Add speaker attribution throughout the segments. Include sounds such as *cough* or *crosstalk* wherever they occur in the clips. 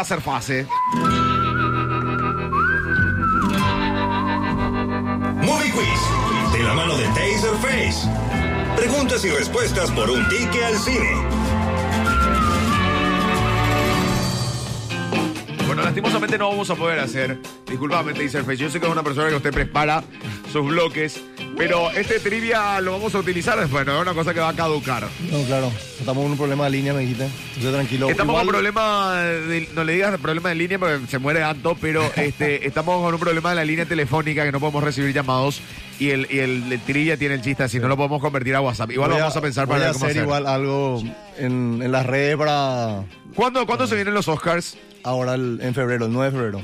Speaker 1: hacer fase.
Speaker 2: Movie Quiz, de la mano de Taserface. Preguntas y respuestas por un ticket al cine.
Speaker 1: Bueno, lastimosamente no vamos a poder hacer. Disculpame, Taserface. Yo sé que es una persona que usted prepara sus bloques, pero este trivia lo vamos a utilizar después, no es una cosa que va a caducar.
Speaker 3: No, claro. Estamos con un problema de línea, me dijiste. Entonces, tranquilo.
Speaker 1: Estamos con
Speaker 3: Igual-
Speaker 1: un problema, de- no le digas problema de línea porque se muere Anto,
Speaker 3: *laughs*
Speaker 1: pero este, estamos con un problema de la línea telefónica que no podemos recibir llamados y el, y el, el trivia tiene el chiste así, no lo podemos convertir a WhatsApp. Igual lo
Speaker 3: voy
Speaker 1: vamos a pensar
Speaker 3: voy
Speaker 1: para
Speaker 3: a
Speaker 1: ver
Speaker 3: hacer,
Speaker 1: cómo hacer.
Speaker 3: igual algo en, en las redes para
Speaker 1: ¿Cuándo, cuándo se vienen los Oscars?
Speaker 3: ahora el- en febrero, el 9 de febrero.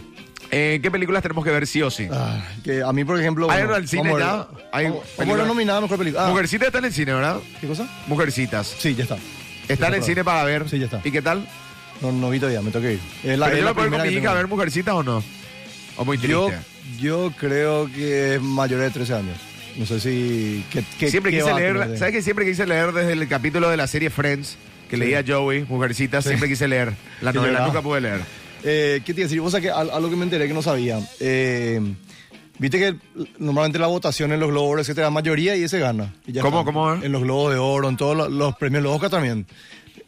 Speaker 1: Eh, ¿Qué películas tenemos que ver sí o sí?
Speaker 3: Ah, que a mí, por ejemplo.
Speaker 1: ¿Hay
Speaker 3: bueno,
Speaker 1: algo al cine
Speaker 3: vamos a
Speaker 1: ya?
Speaker 3: ver.
Speaker 1: ¿Hay
Speaker 3: Vamos- vamos a ver
Speaker 1: película?
Speaker 3: la nominada a mejor película. Ah,
Speaker 1: Mujercitas están en el cine, ¿verdad?
Speaker 3: ¿Qué cosa?
Speaker 1: Mujercitas.
Speaker 3: Sí, ya está.
Speaker 1: Están en el
Speaker 3: aprobado.
Speaker 1: cine para ver.
Speaker 3: Sí, ya está.
Speaker 1: ¿Y qué tal?
Speaker 3: No, no vi todavía, me toca ir. Es la,
Speaker 1: ¿Pero
Speaker 3: es
Speaker 1: yo me puedo
Speaker 3: la
Speaker 1: ir con
Speaker 3: primera
Speaker 1: mi
Speaker 3: que
Speaker 1: hija a
Speaker 3: tengo.
Speaker 1: ver Mujercitas o no? ¿O muy triste?
Speaker 3: Yo, yo creo que es mayor de 13 años. No sé si. ¿qué, qué-
Speaker 1: siempre
Speaker 3: qué
Speaker 1: quise
Speaker 3: va a
Speaker 1: leer,
Speaker 3: tener de-
Speaker 1: ¿sabes que siempre quise leer desde el capítulo de la serie Friends que leía Joey, Mujercitas, siempre quise leer la
Speaker 3: Que
Speaker 1: novela,
Speaker 3: lloraba.
Speaker 1: nunca pude leer.
Speaker 3: Eh, ¿Qué te iba a decir? O sea, que al- algo que me enteré que no sabía. Eh, Viste que normalmente la votación en los globos, Oro, etcétera, mayoría y ese gana. Y ya
Speaker 1: ¿Cómo,
Speaker 3: está.
Speaker 1: cómo, eh?
Speaker 3: En los globos de oro, en todos los, los premios, los Oscar también.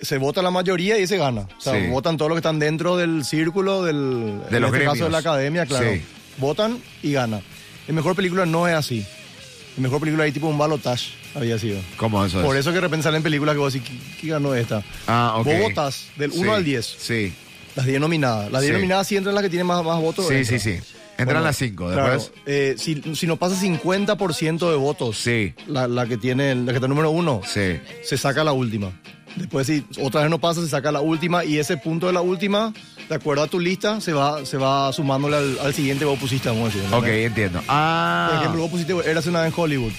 Speaker 3: Se vota la mayoría y ese gana. O sea,
Speaker 1: Sí.
Speaker 3: votan todos los que están dentro del círculo del.
Speaker 1: De
Speaker 3: en
Speaker 1: los
Speaker 3: este
Speaker 1: gremios.
Speaker 3: caso de la academia, claro.
Speaker 1: Sí.
Speaker 3: Votan y gana. En mejor película no es así. En mejor película hay tipo un balotage, había sido.
Speaker 1: ¿Cómo eso es?
Speaker 3: Por eso que de repente salen películas que vos decís, "¿Qui- ¿quién ganó esta?
Speaker 1: Ah, ok.
Speaker 3: Vos votas del 1
Speaker 1: Sí,
Speaker 3: al 10.
Speaker 1: Sí,
Speaker 3: Las 10 nominadas. Las 10
Speaker 1: Sí.
Speaker 3: nominadas sí entran las que tienen más, más votos.
Speaker 1: sí, sí,
Speaker 3: entran.
Speaker 1: sí. Entran
Speaker 3: Bueno,
Speaker 1: las cinco,
Speaker 3: claro,
Speaker 1: después.
Speaker 3: eh, si, si no pasa 50% de votos,
Speaker 1: Sí.
Speaker 3: la, la que tiene, la que está número uno,
Speaker 1: Sí.
Speaker 3: se saca la última. Después, si otra vez no pasa, se saca la última. Y ese punto de la última, de acuerdo a tu lista, se va, se va sumándole al, al siguiente que vos pusiste, vamos a decir. ¿entendés?
Speaker 1: Ok, entiendo.
Speaker 3: Por
Speaker 1: Ah.
Speaker 3: ejemplo, vos pusiste Eras una vez en Hollywood.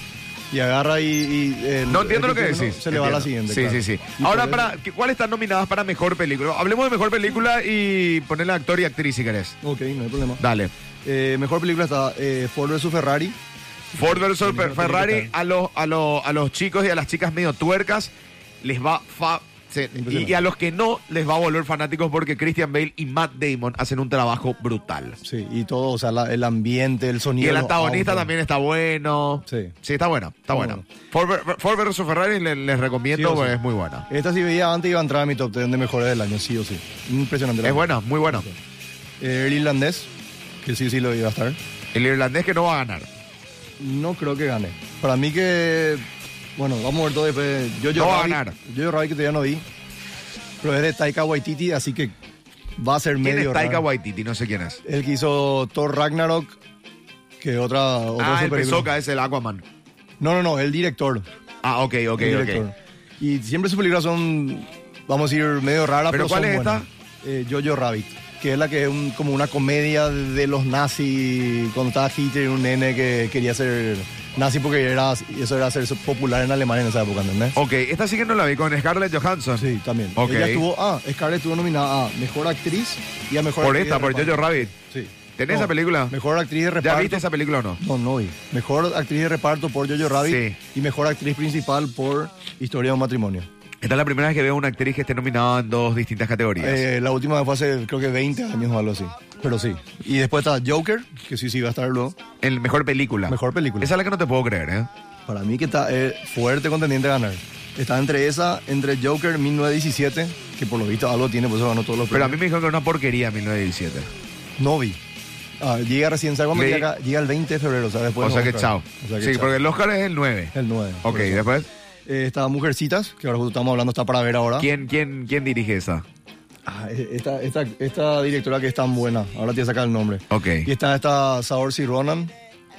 Speaker 3: Y agarra y. y, eh,
Speaker 1: No entiendo
Speaker 3: el
Speaker 1: lo que
Speaker 3: tiene,
Speaker 1: decís.
Speaker 3: ¿no? Se le va a la
Speaker 1: Entiendo.
Speaker 3: siguiente.
Speaker 1: Sí,
Speaker 3: claro.
Speaker 1: sí,
Speaker 3: Y
Speaker 1: sí. Ahora,
Speaker 3: por
Speaker 1: para, ¿qué- ¿cuáles están nominadas para mejor película? Hablemos de mejor película y ponerle actor y actriz si querés.
Speaker 3: eso- Ok, no hay problema.
Speaker 1: Dale.
Speaker 3: Eh, mejor película está eh, Ford vs Ferrari.
Speaker 1: Ford versus
Speaker 3: Bueno, no tiene que
Speaker 1: Ferrari
Speaker 3: estar.
Speaker 1: a los, a, los, a los chicos y a las chicas medio tuercas les va fa- se- y,
Speaker 3: Impresionante.
Speaker 1: y a los que no les va a volver fanáticos porque Christian Bale y Matt Damon hacen un trabajo brutal.
Speaker 3: Sí, y todo, o sea, la- el ambiente, el
Speaker 1: Y,
Speaker 3: sonido.
Speaker 1: el
Speaker 3: los
Speaker 1: antagonista
Speaker 3: autos.
Speaker 1: también está bueno.
Speaker 3: Sí.
Speaker 1: está buena, está
Speaker 3: Muy
Speaker 1: buena.
Speaker 3: bueno.
Speaker 1: Ford, ver- Ford versus Ferrari le- les, recomiendo,
Speaker 3: Sí, o sí.
Speaker 1: porque es muy buena.
Speaker 3: Esta sí veía antes iba a entrar a mi top 10 de mejores del año, sí o sí. Impresionante. la
Speaker 1: Es
Speaker 3: verdad.
Speaker 1: buena, muy buena.
Speaker 3: Eh, el irlandés, que sí o sí lo iba a estar.
Speaker 1: El irlandés que no va a ganar.
Speaker 3: No creo que gane. Para mí que. Bueno, vamos a ver todo después. Yo, yo
Speaker 1: No va a
Speaker 3: Rabbit-
Speaker 1: ganar.
Speaker 3: Yo, yo Rabbit, que todavía no vi. Pero es de Taika Waititi, así que va a ser
Speaker 1: ¿Quién
Speaker 3: medio.
Speaker 1: es Taika
Speaker 3: raro.
Speaker 1: Waititi? No sé quién es.
Speaker 3: El que hizo Thor Ragnarok, que otra. otra
Speaker 1: ah, el
Speaker 3: superhéroe.
Speaker 1: Pesoca es el Aquaman.
Speaker 3: No, no, no, el director.
Speaker 1: Ah, ok, ok,
Speaker 3: el
Speaker 1: ok.
Speaker 3: director. Y siempre sus películas son, vamos a decir, medio raras,
Speaker 1: ¿Pero
Speaker 3: pero,
Speaker 1: cuál
Speaker 3: son
Speaker 1: es
Speaker 3: buenas. Eh, Jojo Rabbit, que es la que es un- como una comedia de los nazis. Cuando estaba Hitler, un nene que quería ser nazi porque era, eso era ser popular en Alemania en esa época, ¿entendés?
Speaker 1: Ok, esta sí que no la vi con Scarlett Johansson.
Speaker 3: Sí, también.
Speaker 1: Oh. Ok.
Speaker 3: Ella estuvo, ah, Scarlett estuvo nominada a Mejor Actriz y a Mejor
Speaker 1: Por
Speaker 3: Actriz
Speaker 1: esta,
Speaker 3: de
Speaker 1: por
Speaker 3: reparto.
Speaker 1: Jojo Rabbit.
Speaker 3: Sí.
Speaker 1: ¿Tenés esa película?
Speaker 3: Mejor Actriz de
Speaker 1: ¿Ya
Speaker 3: Reparto.
Speaker 1: viste esa película o no?
Speaker 3: No, no vi. Mejor Actriz de Reparto por Jojo Rabbit
Speaker 1: Sí.
Speaker 3: y Mejor Actriz Principal por Historia de un Matrimonio.
Speaker 1: Esta es la primera vez que veo una actriz que esté nominada en dos distintas categorías.
Speaker 3: Eh, la última fue hace creo que 20 años o algo así. Pero sí. Y después está Joker, que sí, sí va a estar luego.
Speaker 1: el mejor película.
Speaker 3: Mejor película.
Speaker 1: Esa es la que no te puedo creer, ¿eh?
Speaker 3: Para mí que está eh, fuerte contendiente a ganar. Está entre esa, entre Joker 1917, que por lo visto algo tiene, por eso ganó todos los
Speaker 1: Pero a mí
Speaker 3: premios.
Speaker 1: me dijeron que era una porquería 1917.
Speaker 3: No vi. Ah, llega recién, ¿sabes cuándo
Speaker 1: Le-
Speaker 3: llega? Llega el 20 de febrero, o sea, después
Speaker 1: o
Speaker 3: no
Speaker 1: sea que
Speaker 3: Oscar.
Speaker 1: chao.
Speaker 3: O sea que
Speaker 1: sí,
Speaker 3: chao.
Speaker 1: porque el Oscar es el 9.
Speaker 3: El 9.
Speaker 1: ok,
Speaker 3: por eso.
Speaker 1: después.
Speaker 3: Eh, está Mujercitas, que ahora justo estamos hablando, está para ver ahora.
Speaker 1: ¿Quién, quién, ¿Quién dirige esa?
Speaker 3: Ah, eh, esta, esta, esta directora que es tan buena, ahora te voy a sacar el nombre.
Speaker 1: Ok.
Speaker 3: Y está esta Saoirse Ronan,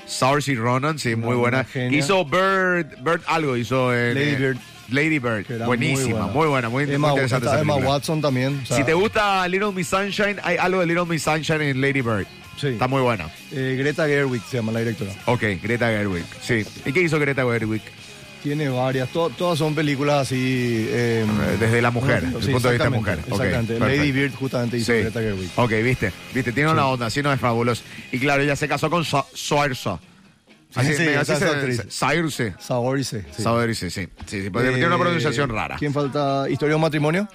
Speaker 1: Saoirse Ronan, sí, muy
Speaker 3: una
Speaker 1: buena.
Speaker 3: genia.
Speaker 1: Hizo Bird, Bird algo, hizo en,
Speaker 3: Lady
Speaker 1: eh,
Speaker 3: Bird.
Speaker 1: Lady Bird,
Speaker 3: que era
Speaker 1: buenísima, muy buena, muy, muy
Speaker 3: Emma,
Speaker 1: interesante.
Speaker 3: está
Speaker 1: esa
Speaker 3: Emma
Speaker 1: película.
Speaker 3: Watson también. o sea,
Speaker 1: si te gusta Little Miss Sunshine, hay algo de Little Miss Sunshine en Lady Bird.
Speaker 3: Sí.
Speaker 1: Está muy buena.
Speaker 3: eh, Greta Gerwig se llama la directora.
Speaker 1: Ok, Greta Gerwig. Sí. ¿Y qué hizo Greta Gerwig?
Speaker 3: Tiene varias, to- todas son películas así. eh,
Speaker 1: Eh, desde la mujer,
Speaker 3: sí,
Speaker 1: desde el punto de vista de
Speaker 3: exactamente,
Speaker 1: mujer. Ok,
Speaker 3: Exactamente.
Speaker 1: perfecto.
Speaker 3: Lady Bird justamente hizo Greta Gerwig.
Speaker 1: Ok, viste, viste, tiene una onda, así no es fabuloso. Y claro, ella se casó con Sa- Saoirse. Así,
Speaker 3: sí,
Speaker 1: me- así
Speaker 3: esa es
Speaker 1: se,
Speaker 3: la actriz.
Speaker 1: se- Saoirse.
Speaker 3: Saoirse. sí.
Speaker 1: Saoirse, sí. Sí, sí, porque tiene
Speaker 3: Eh,
Speaker 1: una pronunciación rara.
Speaker 3: ¿Quién falta? ¿Historia de un matrimonio?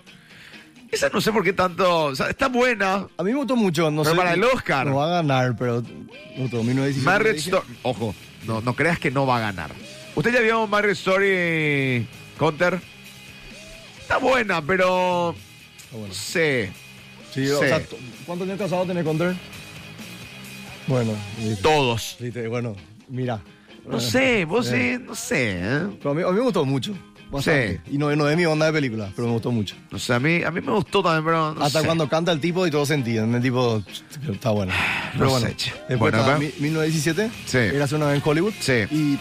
Speaker 1: Esa no sé por qué tanto. o sea, está buena.
Speaker 3: A mí me gustó mucho, no
Speaker 1: Pero
Speaker 3: sé.
Speaker 1: para el Oscar.
Speaker 3: No va a ganar, pero me gustó. 1917,
Speaker 1: Marriage
Speaker 3: dije.
Speaker 1: Story. Ojo, no, no creas que no va a ganar. ¿Usted ya vio Marriage Story, Counter? Está buena, pero.
Speaker 3: Está bueno.
Speaker 1: No sé.
Speaker 3: Sí, o
Speaker 1: Sí.
Speaker 3: sea, t- ¿cuántos años casado tenés con Dern? Bueno, listo.
Speaker 1: Todos.
Speaker 3: Listo, bueno, mira.
Speaker 1: No sé, vos sí, no sé. ¿eh?
Speaker 3: Pero a mí, a mí me gustó mucho. Bastante. Y no, no es mi onda de película, pero me gustó mucho.
Speaker 1: No sé, a mí, a mí me gustó también, pero. no
Speaker 3: Hasta
Speaker 1: sé.
Speaker 3: cuando canta el tipo y todo sentido. El tipo está bueno. Pero
Speaker 1: No
Speaker 3: bueno,
Speaker 1: sé, che.
Speaker 3: después
Speaker 1: Bueno,
Speaker 3: está
Speaker 1: pero-
Speaker 3: mi- 1917.
Speaker 1: Sí.
Speaker 3: Era hace una vez en Hollywood.
Speaker 1: Sí.
Speaker 3: Y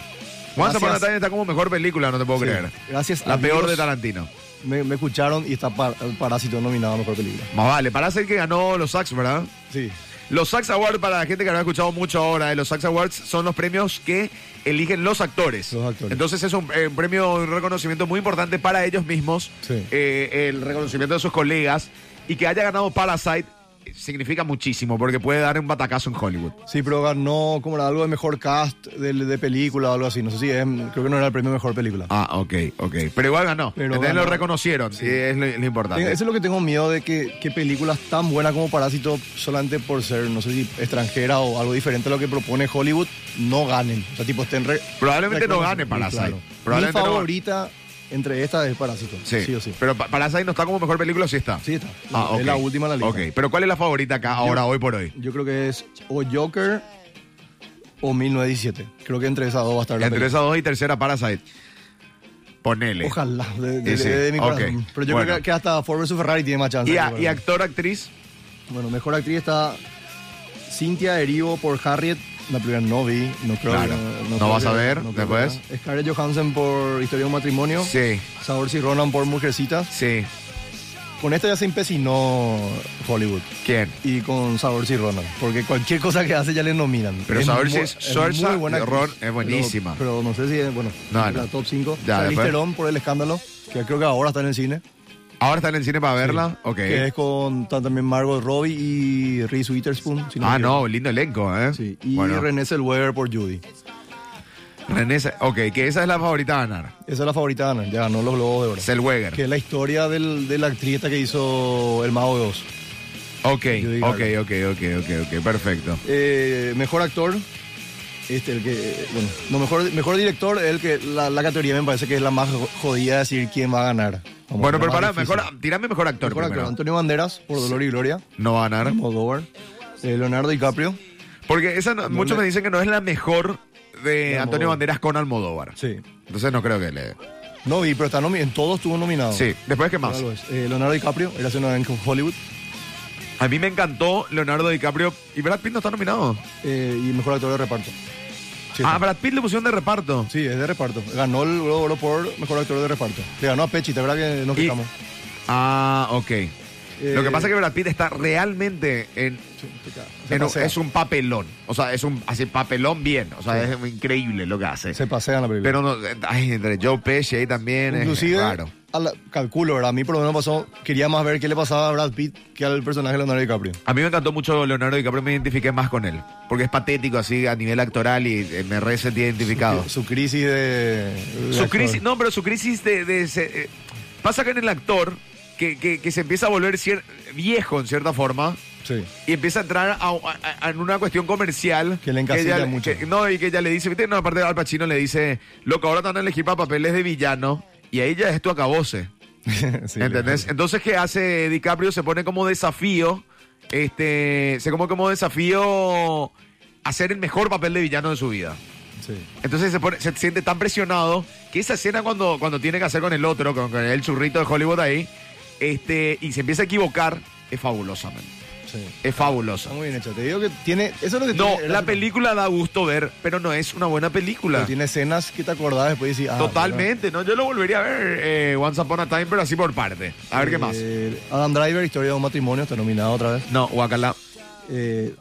Speaker 1: Once Upon a
Speaker 3: gracias-
Speaker 1: Time está como mejor película, no te puedo
Speaker 3: Sí.
Speaker 1: creer.
Speaker 3: Gracias
Speaker 1: La
Speaker 3: a
Speaker 1: peor
Speaker 3: Dios.
Speaker 1: de Tarantino.
Speaker 3: me, me escucharon y está par- Parásito nominado a mejor película.
Speaker 1: Más vale, para ser que ganó los Sacks, ¿verdad?
Speaker 3: Sí.
Speaker 1: Los Sax Awards, para la gente que no ha escuchado mucho ahora, eh, los Sax Awards son los premios que eligen los actores.
Speaker 3: Los actores.
Speaker 1: Entonces es un, eh, un premio, un reconocimiento muy importante para ellos mismos,
Speaker 3: Sí.
Speaker 1: eh, el reconocimiento de sus colegas, y que haya ganado Parasite eh, significa muchísimo, porque puede dar un batacazo en Hollywood.
Speaker 3: Sí, pero ganó como era algo de mejor cast de, de película o algo así. No sé si es, creo que no era el premio mejor película.
Speaker 1: Ah, ok, ok. Pero igual ganó.
Speaker 3: Pero
Speaker 1: Entonces
Speaker 3: ganó. Eh,
Speaker 1: lo reconocieron, sí. es lo, lo importante.
Speaker 3: Tengo- Eso es lo que tengo miedo de que, que películas tan buenas como Parásito, solamente por ser, no sé si extranjera o algo diferente a lo que propone Hollywood, no ganen. O sea, tipo, estén re-
Speaker 1: Probablemente no
Speaker 3: reconoc-
Speaker 1: gane Parasite.
Speaker 3: Claro.
Speaker 1: Probablemente
Speaker 3: Mi
Speaker 1: no gane.
Speaker 3: favorita entre estas es Parásito.
Speaker 1: Sí.
Speaker 3: Sí, o sí.
Speaker 1: Pero Pa- Parasite no está como mejor película, sí está.
Speaker 3: Sí está.
Speaker 1: Ah,
Speaker 3: Es la
Speaker 1: ok.
Speaker 3: última en la lista.
Speaker 1: Ok, pero ¿cuál es la favorita acá, ahora, hoy por hoy?
Speaker 3: Yo creo que es o Joker o 1917. Creo que entre esas dos va a estar la
Speaker 1: Entre
Speaker 3: película.
Speaker 1: esas dos y tercera Parasite. Ponele.
Speaker 3: Ojalá, de, de-
Speaker 1: Sí, sí.
Speaker 3: de- de mi
Speaker 1: Ok.
Speaker 3: corazón. Pero yo
Speaker 1: Bueno.
Speaker 3: creo que- que hasta Ford vs Ferrari tiene más chance.
Speaker 1: Y, a-
Speaker 3: Yo
Speaker 1: y
Speaker 3: creo.
Speaker 1: actor, actriz.
Speaker 3: Bueno, mejor actriz está Cynthia Erivo por Harriet. La primera no vi, no creo.
Speaker 1: Claro. No
Speaker 3: creo
Speaker 1: vas a
Speaker 3: que-
Speaker 1: ver,
Speaker 3: creo que
Speaker 1: después.
Speaker 3: sea. Scarlett Johansson por Historia de un matrimonio.
Speaker 1: Sí,
Speaker 3: Saoirse Ronan por Mujercitas.
Speaker 1: sí.
Speaker 3: Con esta ya se empecinó Hollywood.
Speaker 1: ¿Quién?
Speaker 3: Y con Saoirse Ronan. Porque cualquier cosa que hace ya le nominan.
Speaker 1: Pero Saoirse
Speaker 3: mu-
Speaker 1: es- Saoirse
Speaker 3: actriz,
Speaker 1: Ronan es
Speaker 3: pero-
Speaker 1: buenísima.
Speaker 3: Pero, no sé si es, bueno,
Speaker 1: No,
Speaker 3: la
Speaker 1: no.
Speaker 3: top 5.
Speaker 1: Ya,
Speaker 3: Charlize
Speaker 1: después.
Speaker 3: Theron por El Escándalo, que creo que ahora está en el cine.
Speaker 1: ¿Ahora está en el cine para verla? Ok.
Speaker 3: Que es con está también Margot Robbie y Reese Witherspoon. si me
Speaker 1: Ah,
Speaker 3: equivoco.
Speaker 1: no, lindo elenco, ¿eh?
Speaker 3: Sí, y
Speaker 1: bueno, René.
Speaker 3: René Zellweger por Judy.
Speaker 1: Sa- ok, que esa es la favorita de ganar.
Speaker 3: Esa es la favorita, Ana. Ya ganó los Globos de Oro.
Speaker 1: Selweger.
Speaker 3: Que es la historia del, de la actriz esta que hizo El Mago de Oz.
Speaker 1: Ok,
Speaker 3: Yo digo
Speaker 1: ok, ok, ok, ok, ok, perfecto.
Speaker 3: Eh, mejor actor. Este, el que, eh, bueno, no, mejor, mejor director, el que la, la categoría me parece que es la más jo- jodida de decir quién va a ganar. Vamos,
Speaker 1: Bueno,
Speaker 3: la
Speaker 1: pero
Speaker 3: más
Speaker 1: pará,
Speaker 3: difícil.
Speaker 1: mejor, tirame mejor actor
Speaker 3: Mejor actor,
Speaker 1: primero.
Speaker 3: Antonio Banderas, por Dolor y Gloria,
Speaker 1: No va a ganar.
Speaker 3: Modover, Leonardo DiCaprio,
Speaker 1: Porque esa, no- muchos
Speaker 3: le-
Speaker 1: me dicen que no es la mejor de
Speaker 3: De
Speaker 1: Antonio
Speaker 3: Almodóvar.
Speaker 1: Banderas con Almodóvar.
Speaker 3: sí.
Speaker 1: Entonces no creo que le...
Speaker 3: No vi, pero está nomi- en todos estuvo nominado.
Speaker 1: Sí, después qué más.
Speaker 3: Algo es. Eh, Leonardo DiCaprio, era hace una vez en Hollywood.
Speaker 1: A mí me encantó Leonardo DiCaprio. ¿Y Brad Pitt no está nominado?
Speaker 3: eh, y mejor actor de reparto. Sí,
Speaker 1: Ah,
Speaker 3: está.
Speaker 1: Brad Pitt le pusieron de reparto.
Speaker 3: Sí, es de reparto. Ganó el Globo de Oro por mejor actor de reparto. Le ganó a Pechi, te verdad que nos
Speaker 1: Y-
Speaker 3: quitamos.
Speaker 1: Ah, ok. Lo que
Speaker 3: Eh,
Speaker 1: pasa es que Brad Pitt está realmente en,
Speaker 3: Se
Speaker 1: en un-
Speaker 3: pasea.
Speaker 1: es un papelón. O sea, es un así papelón bien. O sea, es increíble lo que hace.
Speaker 3: Se pasea en la película.
Speaker 1: Pero no, ay, entre Joe Pesci ahí también
Speaker 3: Inclusive,
Speaker 1: es raro.
Speaker 3: a la- calculo, ¿verdad? A mí por lo menos pasó, quería más ver qué le pasaba a Brad Pitt que al personaje de Leonardo DiCaprio.
Speaker 1: A mí me encantó mucho Leonardo DiCaprio, me identifiqué más con él. Porque es patético así a nivel actoral y eh, me re sentí identificado.
Speaker 3: Su crisis de... de
Speaker 1: Su
Speaker 3: actor.
Speaker 1: crisis, no, pero su crisis de... de ese- eh, pasa que en el actor, que, que- que se empieza a volver cier- viejo en cierta forma,
Speaker 3: Sí. *laughs*
Speaker 1: y empieza a entrar a, a- a- en una cuestión comercial.
Speaker 3: Que le encasilla
Speaker 1: ella-
Speaker 3: mucho.
Speaker 1: que- no, y que ella le dice, viste, no, aparte Al Pacino le dice, loco, ahora te van a elegir para papeles de villano, y a ella es tu acabose.
Speaker 3: Sí,
Speaker 1: ¿Entendés? Entonces, ¿qué hace DiCaprio? Se pone como desafío, este, se come como desafío hacer el mejor papel de villano de su vida.
Speaker 3: Sí.
Speaker 1: Entonces se, pone- se siente tan presionado que esa escena cuando, cuando tiene que hacer con el otro, con, con el churrito de Hollywood ahí, este, y se empieza a equivocar, es fabulosa, man.
Speaker 3: Sí.
Speaker 1: Es fabulosa.
Speaker 3: Está muy bien hecho. Te digo que tiene... Eso es lo que
Speaker 1: No,
Speaker 3: tiene... era
Speaker 1: la
Speaker 3: su-
Speaker 1: película da gusto ver, pero no es una buena
Speaker 3: pero
Speaker 1: película.
Speaker 3: Tiene escenas que te acordás después y decís... ah,
Speaker 1: Totalmente, ¿no? Yo lo volvería a ver eh, Once Upon a Time, pero así por parte. A ver qué más.
Speaker 3: Eh, Adam Driver, Historia de un matrimonio, está nominado otra vez.
Speaker 1: No, Wakala.
Speaker 3: Eh,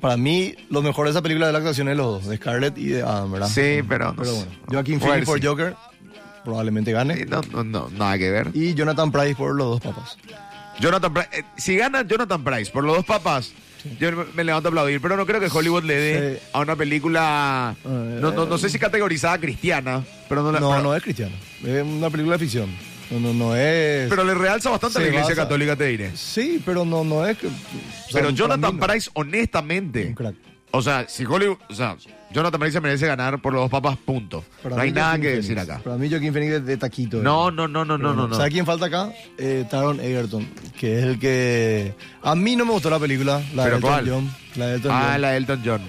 Speaker 3: para mí, lo mejor de esa película es la actuación de los dos, de Scarlett y de Adam, ¿verdad?
Speaker 1: Sí, pero no
Speaker 3: ¿Ah? Pero
Speaker 1: sé.
Speaker 3: bueno, Joaquin
Speaker 1: Voy a ver
Speaker 3: Phoenix por
Speaker 1: si-
Speaker 3: Joker, probablemente
Speaker 1: Sí,
Speaker 3: gane.
Speaker 1: No, no, no, nada que ver.
Speaker 3: Y Jonathan Price por Los dos papas.
Speaker 1: Jonathan Price, eh, si gana Jonathan Price por los dos papas, yo me- me levanto a aplaudir, pero no creo que Hollywood le dé
Speaker 3: Sí.
Speaker 1: a una película, no, no, no sé si categorizada cristiana, pero no la...
Speaker 3: No,
Speaker 1: pero-
Speaker 3: no es cristiano. Es una película de ficción. No, no, no es.
Speaker 1: Pero le realza bastante a la
Speaker 3: Se
Speaker 1: iglesia
Speaker 3: basa-
Speaker 1: católica, te diré.
Speaker 3: Sí, pero no, no es que. o sea,
Speaker 1: Pero
Speaker 3: para
Speaker 1: Jonathan
Speaker 3: mí no.
Speaker 1: Price, honestamente.
Speaker 3: Un crack.
Speaker 1: O sea, si Hollywood. O sea, Jonathan Price se merece ganar por los dos papas, punto.
Speaker 3: Para
Speaker 1: no hay
Speaker 3: mí,
Speaker 1: nada
Speaker 3: Joaquín
Speaker 1: que
Speaker 3: Phoenix.
Speaker 1: decir acá.
Speaker 3: Para mí, Joaquín Phoenix es de taquito. eh.
Speaker 1: No, no, no, no, no, no. no.
Speaker 3: ¿Sabe quién falta acá? Eh, Taron Egerton, que es el que. A mí no me gustó la película, la de
Speaker 1: ¿Pero
Speaker 3: Elton
Speaker 1: cuál?
Speaker 3: John. La de Elton
Speaker 1: Ah,
Speaker 3: John.
Speaker 1: la de Elton John.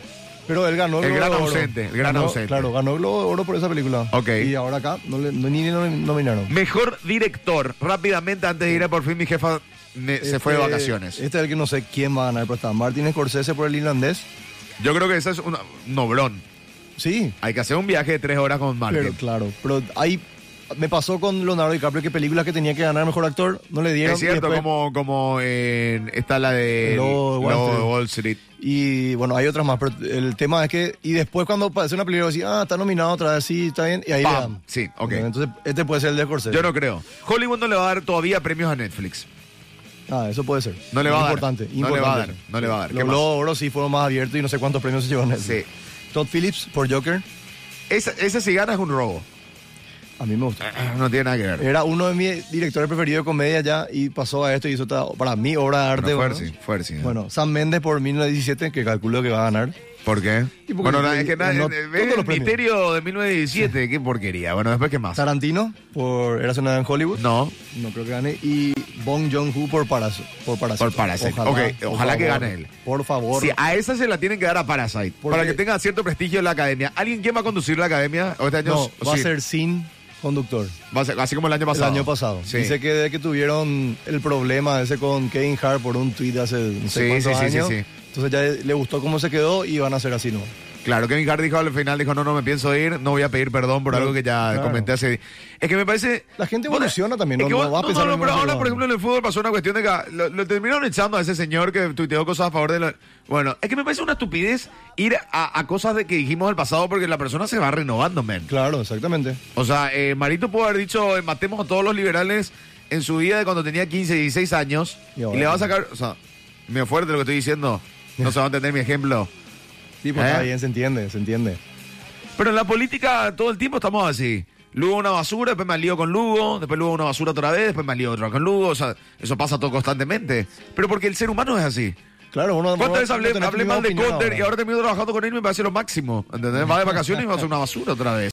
Speaker 3: Pero él ganó
Speaker 1: El
Speaker 3: Globo
Speaker 1: gran
Speaker 3: de Oro.
Speaker 1: ausente, el gran
Speaker 3: Ganó-
Speaker 1: ausente.
Speaker 3: Claro, ganó Globo de Oro por esa película.
Speaker 1: Ok.
Speaker 3: Y ahora acá no le, no- ni, ni nominaron.
Speaker 1: Mejor director. Rápidamente, antes de ir a por fin, mi jefa me- se fue de
Speaker 3: Este-
Speaker 1: vacaciones.
Speaker 3: Este es el que no sé quién va a ganar, pero está Martin Scorsese por el irlandés.
Speaker 1: Yo creo que esa es una- un noblón.
Speaker 3: Sí,
Speaker 1: Hay que hacer un viaje de tres horas con Martin.
Speaker 3: pero claro. Pero ahí me pasó con Leonardo DiCaprio que películas que tenía que ganar mejor actor no le dieron.
Speaker 1: es cierto,
Speaker 3: y después-
Speaker 1: como, como en- está la de
Speaker 3: El Lobo de Wall
Speaker 1: Lobo de
Speaker 3: Street.
Speaker 1: Wall Street.
Speaker 3: Y bueno, hay otras más, pero el tema es que. Y después, cuando aparece una película, decís, ah, está nominado otra vez, sí, está bien. Y ahí
Speaker 1: Pam,
Speaker 3: le dan.
Speaker 1: sí, ok.
Speaker 3: Entonces, este puede ser el de Scorsese.
Speaker 1: Yo no creo. Hollywood no le va a dar todavía premios a Netflix.
Speaker 3: Ah, eso puede ser.
Speaker 1: No le va a dar.
Speaker 3: importante,
Speaker 1: No le va a dar,
Speaker 3: importante.
Speaker 1: no le va a dar. ¿Qué
Speaker 3: Los
Speaker 1: más?
Speaker 3: Globos de Oro sí fueron más abiertos y no sé cuántos premios se llevó
Speaker 1: Sí.
Speaker 3: Netflix. Todd Phillips por Joker,
Speaker 1: Esa, esa si gana es un robo. Ah,
Speaker 3: a mí me gustó.
Speaker 1: No tiene nada que ver.
Speaker 3: Era uno de mis directores preferidos de comedia ya y pasó a esto y hizo otra, para mí obra de arte.
Speaker 1: Bueno,
Speaker 3: bueno.
Speaker 1: Fuerzi, Fuerzi, ¿eh?
Speaker 3: Bueno, Sam Méndez por 1917, que calculo que va a ganar.
Speaker 1: ¿Por qué?
Speaker 3: Y porque
Speaker 1: Bueno,
Speaker 3: yo-
Speaker 1: nada, es que nada,
Speaker 3: no-
Speaker 1: eh,
Speaker 3: todos
Speaker 1: eh,
Speaker 3: los
Speaker 1: el
Speaker 3: premios.
Speaker 1: misterio de 1917, qué porquería. Bueno, después qué más.
Speaker 3: Tarantino por Era una en Hollywood.
Speaker 1: No,
Speaker 3: No creo que gane. Y Bong Joon-ho por Parasite. Por Parasite.
Speaker 1: Por Parasite. Ok,
Speaker 3: por
Speaker 1: ojalá que
Speaker 3: favor,
Speaker 1: gane él.
Speaker 3: Por favor.
Speaker 1: Sí, a esa se la tienen que dar a Parasite.
Speaker 3: Porque-
Speaker 1: Para que tenga cierto prestigio en la academia. ¿Alguien quién va a conducir la academia? ¿O este año?
Speaker 3: no, va a
Speaker 1: Sí,
Speaker 3: ser sin conductor.
Speaker 1: va a ser- Así como el año pasado.
Speaker 3: El año pasado.
Speaker 1: Sí.
Speaker 3: Dice que desde que tuvieron el problema ese con Kevin Hart por un tweet hace no sé
Speaker 1: Sí,
Speaker 3: cuántos
Speaker 1: sí, sí, sí,
Speaker 3: años.
Speaker 1: sí.
Speaker 3: Entonces ya le gustó cómo se quedó y van a ser así, ¿no?
Speaker 1: Claro, Kevin Hart dijo al final, dijo, no, no me pienso ir, no voy a pedir perdón por
Speaker 3: Claro,
Speaker 1: algo que ya
Speaker 3: claro.
Speaker 1: comenté hace... Es que me parece...
Speaker 3: La gente
Speaker 1: Bueno,
Speaker 3: evoluciona también,
Speaker 1: es
Speaker 3: no-
Speaker 1: que
Speaker 3: no
Speaker 1: vos-
Speaker 3: va a pensar lo
Speaker 1: no,
Speaker 3: mismo
Speaker 1: pero
Speaker 3: que
Speaker 1: ahora,
Speaker 3: yo.
Speaker 1: por ejemplo, en el fútbol pasó una cuestión de que lo, lo terminaron echando a ese señor que tuiteó cosas a favor de la... Bueno, es que me parece una estupidez ir a, a cosas de que dijimos al pasado porque la persona se va renovando, men.
Speaker 3: Claro, exactamente.
Speaker 1: O sea, eh, Marito pudo haber dicho, eh, matemos a todos los liberales en su vida de cuando tenía 15, 16 años.
Speaker 3: Y
Speaker 1: Y,
Speaker 3: ahora
Speaker 1: le va a
Speaker 3: no.
Speaker 1: sacar, o sea, me fuerte lo que estoy diciendo. No se va a entender mi ejemplo.
Speaker 3: Sí, pues
Speaker 1: ¿Eh?
Speaker 3: está bien, se entiende, se entiende.
Speaker 1: Pero en la política todo el tiempo estamos así. Lugo una basura, después me lío con Lugo, después Lugo una basura otra vez, después me lío otra con Lugo. O sea, eso pasa todo constantemente. Pero porque el ser humano es así.
Speaker 3: Claro, uno
Speaker 1: ¿Cuántas veces hablé,
Speaker 3: no tenés tu
Speaker 1: hablé
Speaker 3: misma
Speaker 1: mal de
Speaker 3: opinión
Speaker 1: Cotter y ahora termino trabajando con él y me parece lo máximo? ¿Entendés? Va de vacaciones y me va a hacer una basura otra vez.